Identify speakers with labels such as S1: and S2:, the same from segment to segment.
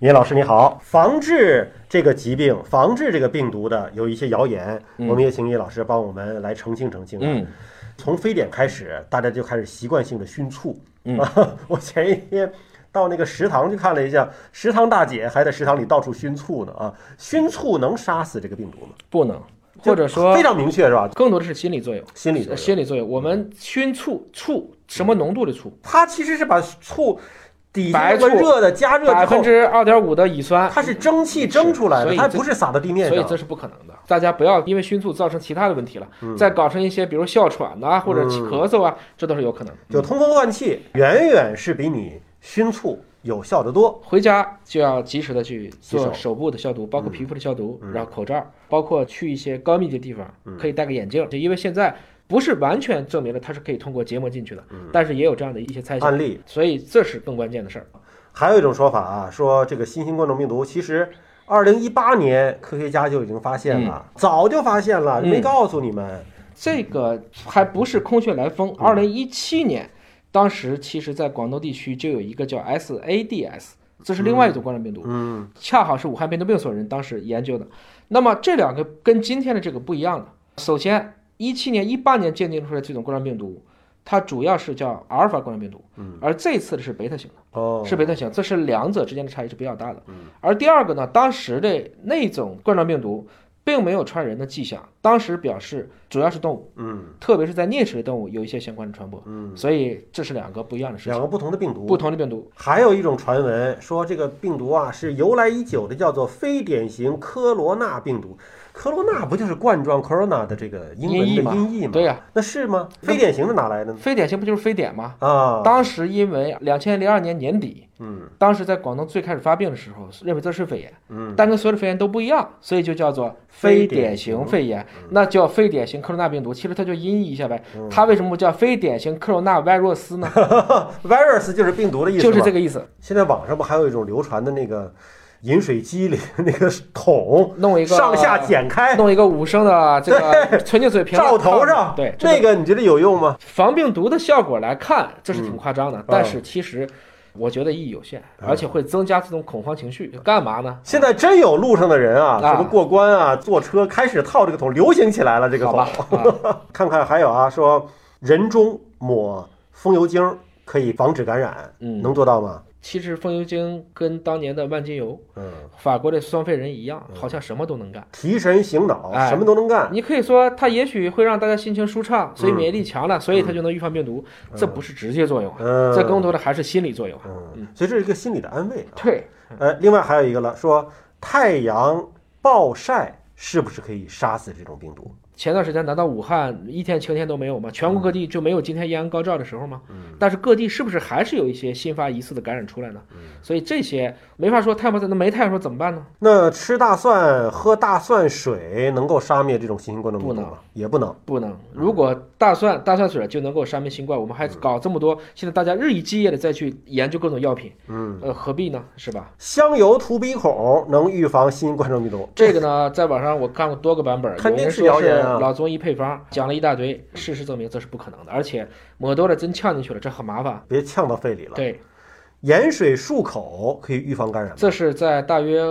S1: 尹老师你好，防治这个疾病，防治这个病毒的有一些谣言，我们也请尹老师帮我们来澄清澄清。啊
S2: 嗯，
S1: 从非典开始，大家就开始习惯性的熏醋。嗯、啊， 我前一天到那个食堂去看了一下，食堂大姐还在食堂里到处熏醋呢啊！熏醋能杀死这个病毒吗？
S2: 不能，或者说
S1: 非常明确是吧？
S2: 更多的是心理作用，呃
S1: 心理作用
S2: 心理作用。我们熏醋，醋什么浓度的醋？
S1: 它其实是把醋底下
S2: 白醋
S1: 温热的嗯加热之后
S2: 百分之二点五的乙酸，
S1: 它是蒸汽蒸出来
S2: 所
S1: 的，
S2: 以
S1: 它
S2: 这
S1: 不是撒到地面
S2: 所以
S1: 上
S2: 这。是不可能的。大家不要因为熏醋造成其他的问题了，
S1: 嗯
S2: 再搞成一些比如哮喘呐、或者起咳嗽啊，这都是有可能的。
S1: 就通风换气，远远是比你熏醋有效得多。
S2: 回家就要及时的去
S1: 手嗯
S2: 做手部的消毒，包括皮肤的消毒，然后口罩，包括去一些高密集地方，
S1: 嗯
S2: 可以戴个眼镜，就因为现在不是完全证明了它是可以通过结膜进去的，
S1: 嗯
S2: 但是也有这样的一些猜想
S1: 案，例
S2: 所以这是更关键的事儿。
S1: 还有一种说法啊，说这个新型冠状病毒其实。二零一八年，科学家就已经发现了，
S2: 嗯
S1: 早就发现了，没告诉你们。
S2: 这个还不是空穴来
S1: 嗯
S2: 风。二零一七年，当时其实在广东地区就有一个叫 SADS，这是另外一种冠状病毒，
S1: 嗯，
S2: 恰好是武汉变毒病所人当时研究的。那么这两个跟今天的这个不一样了。首先，一七年、一八年鉴定出来这种冠状病毒，它主要是叫阿尔法冠状病毒，而这次的是贝塔型的。
S1: 嗯哦，嗯
S2: 是贝塔型，这是两者之间的差异是比较大的。而第二个呢，当时的那种冠状病毒并没有传人的迹象，当时表示主要是动物，
S1: 嗯，
S2: 特别是在啮齿类动物有一些相关的传播，嗯，所以这是两个不一样的事
S1: 两
S2: 情，
S1: 个不同的病毒，
S2: 不同的病毒。
S1: 还有一种传闻说，这个病毒啊是由来已久的，叫做非典型科罗纳病毒。科罗纳不就是冠状 corona 的这个英文
S2: 音译
S1: 的
S2: 嘛
S1: 音译吗？
S2: 对呀
S1: 那是吗？非典型的哪来的呢？
S2: 非典型不就是非典吗？
S1: 啊，
S2: 当时因为两千零二年年底，
S1: 嗯，
S2: 当时在广东最开始发病的时候，认为这是肺炎，嗯，但跟所有的肺炎都不一样，所以就叫做非典型肺炎，
S1: 嗯
S2: 那叫非典型科罗纳病毒。其实它就音译一下呗，它为什么不叫非典型科罗纳 virus 呢？
S1: virus 就是病 毒的意思，
S2: 就是这。个意思，
S1: 现在网上不还有一种流传的那个饮水机里那个桶，
S2: 弄一个
S1: 上下剪开
S2: 弄一个五升的 这个纯净水瓶
S1: 罩头上，
S2: 啊对，这啊
S1: 那个你觉得有用吗？
S2: 防病毒的效果来看，这
S1: 嗯
S2: 是挺夸张的，但是其实我觉得意义有限，而且会增加这种恐慌情绪，干嘛呢？
S1: 现在真有路上的人啊，
S2: 啊
S1: 什么过关啊、坐车开始套这个桶，流行起来了这个
S2: 好
S1: 桶。
S2: 吧，啊。
S1: 看看还有啊，说人中抹风油精可以防止感染，
S2: 嗯
S1: 能做到吗？
S2: 其实风油精跟当年的万金油、
S1: 嗯，
S2: 法国的双飞人一样，好像什么都能干。
S1: 提神醒脑，
S2: 哎
S1: 什么都能干。
S2: 你可以说它也许会让大家心情舒畅，
S1: 嗯
S2: 所以免疫力强了，所以它就能预防病毒。这不是直接作用啊，
S1: 嗯
S2: 这更多的还是心理作用啊。
S1: 嗯，所以这是一个心理的安慰啊。
S2: 对，
S1: 呃，另外还有一个了，说太阳暴晒是不是可以杀死这种病毒？
S2: 前段时间难道武汉一天晴天都没有吗？全国各地就没有今天艳阳高照的时候吗？
S1: 嗯
S2: 但是各地是不是还是有一些新发疑似的感染出来呢？
S1: 嗯
S2: 所以这些没法说太阳暴晒，那没太阳说怎么办呢？
S1: 那吃大蒜、喝大蒜水能够杀灭这种新型冠状病毒
S2: 不
S1: 吗？也不能。
S2: 不能。如果大蒜大蒜水就能够杀灭新冠，我们还
S1: 嗯
S2: 搞这么多，现在大家日以继夜的再去研究各种药品，嗯，呃，何必呢？是吧？
S1: 香油涂鼻孔能预防新型冠状病毒，
S2: 这个呢，在网上我看过多个版本，
S1: 肯
S2: 有
S1: 定
S2: 人
S1: 是
S2: 说
S1: 谣言啊
S2: 老中医配方，讲了一大堆，事实证明这是不可能的，而且抹多了真呛进去了，这很麻烦。
S1: 别呛到肺里了。
S2: 对，
S1: 盐水漱口可以预防感染吗？
S2: 这是在大约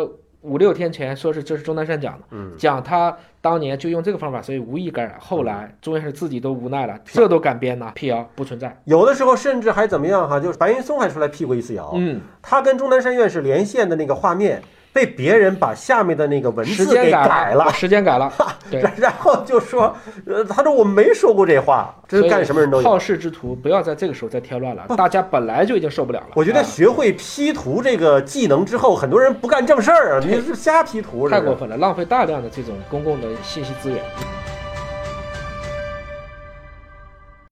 S2: 五六天前说是这是钟南山讲的，
S1: 嗯
S2: 讲他当年就用这个方法，所以无意感染。后来钟南山自己都无奈了，这都敢编呐，辟谣不存在。
S1: 有的时候甚至还怎么样哈、就是白云松还出来辟过一次谣，
S2: 嗯，
S1: 他跟钟南山院士连线的那个画面被别人把下面的那个文
S2: 时
S1: 字
S2: 间
S1: 给
S2: 改哦
S1: 改了，
S2: 时间改了，对。
S1: 然 然后就说，呃，他说我没说过这话，这
S2: 所
S1: 是
S2: 以
S1: 干什么人都有。
S2: 好事之徒，不要在这个时候再 添乱了，大家本来就已经受不了了。
S1: 我觉得
S2: 啊
S1: 学会 P 图这个技能之后，很多人不干正事儿啊，你是瞎 P 图，这
S2: 太
S1: 是
S2: 过分了，浪费大量的这种公共的信息资源。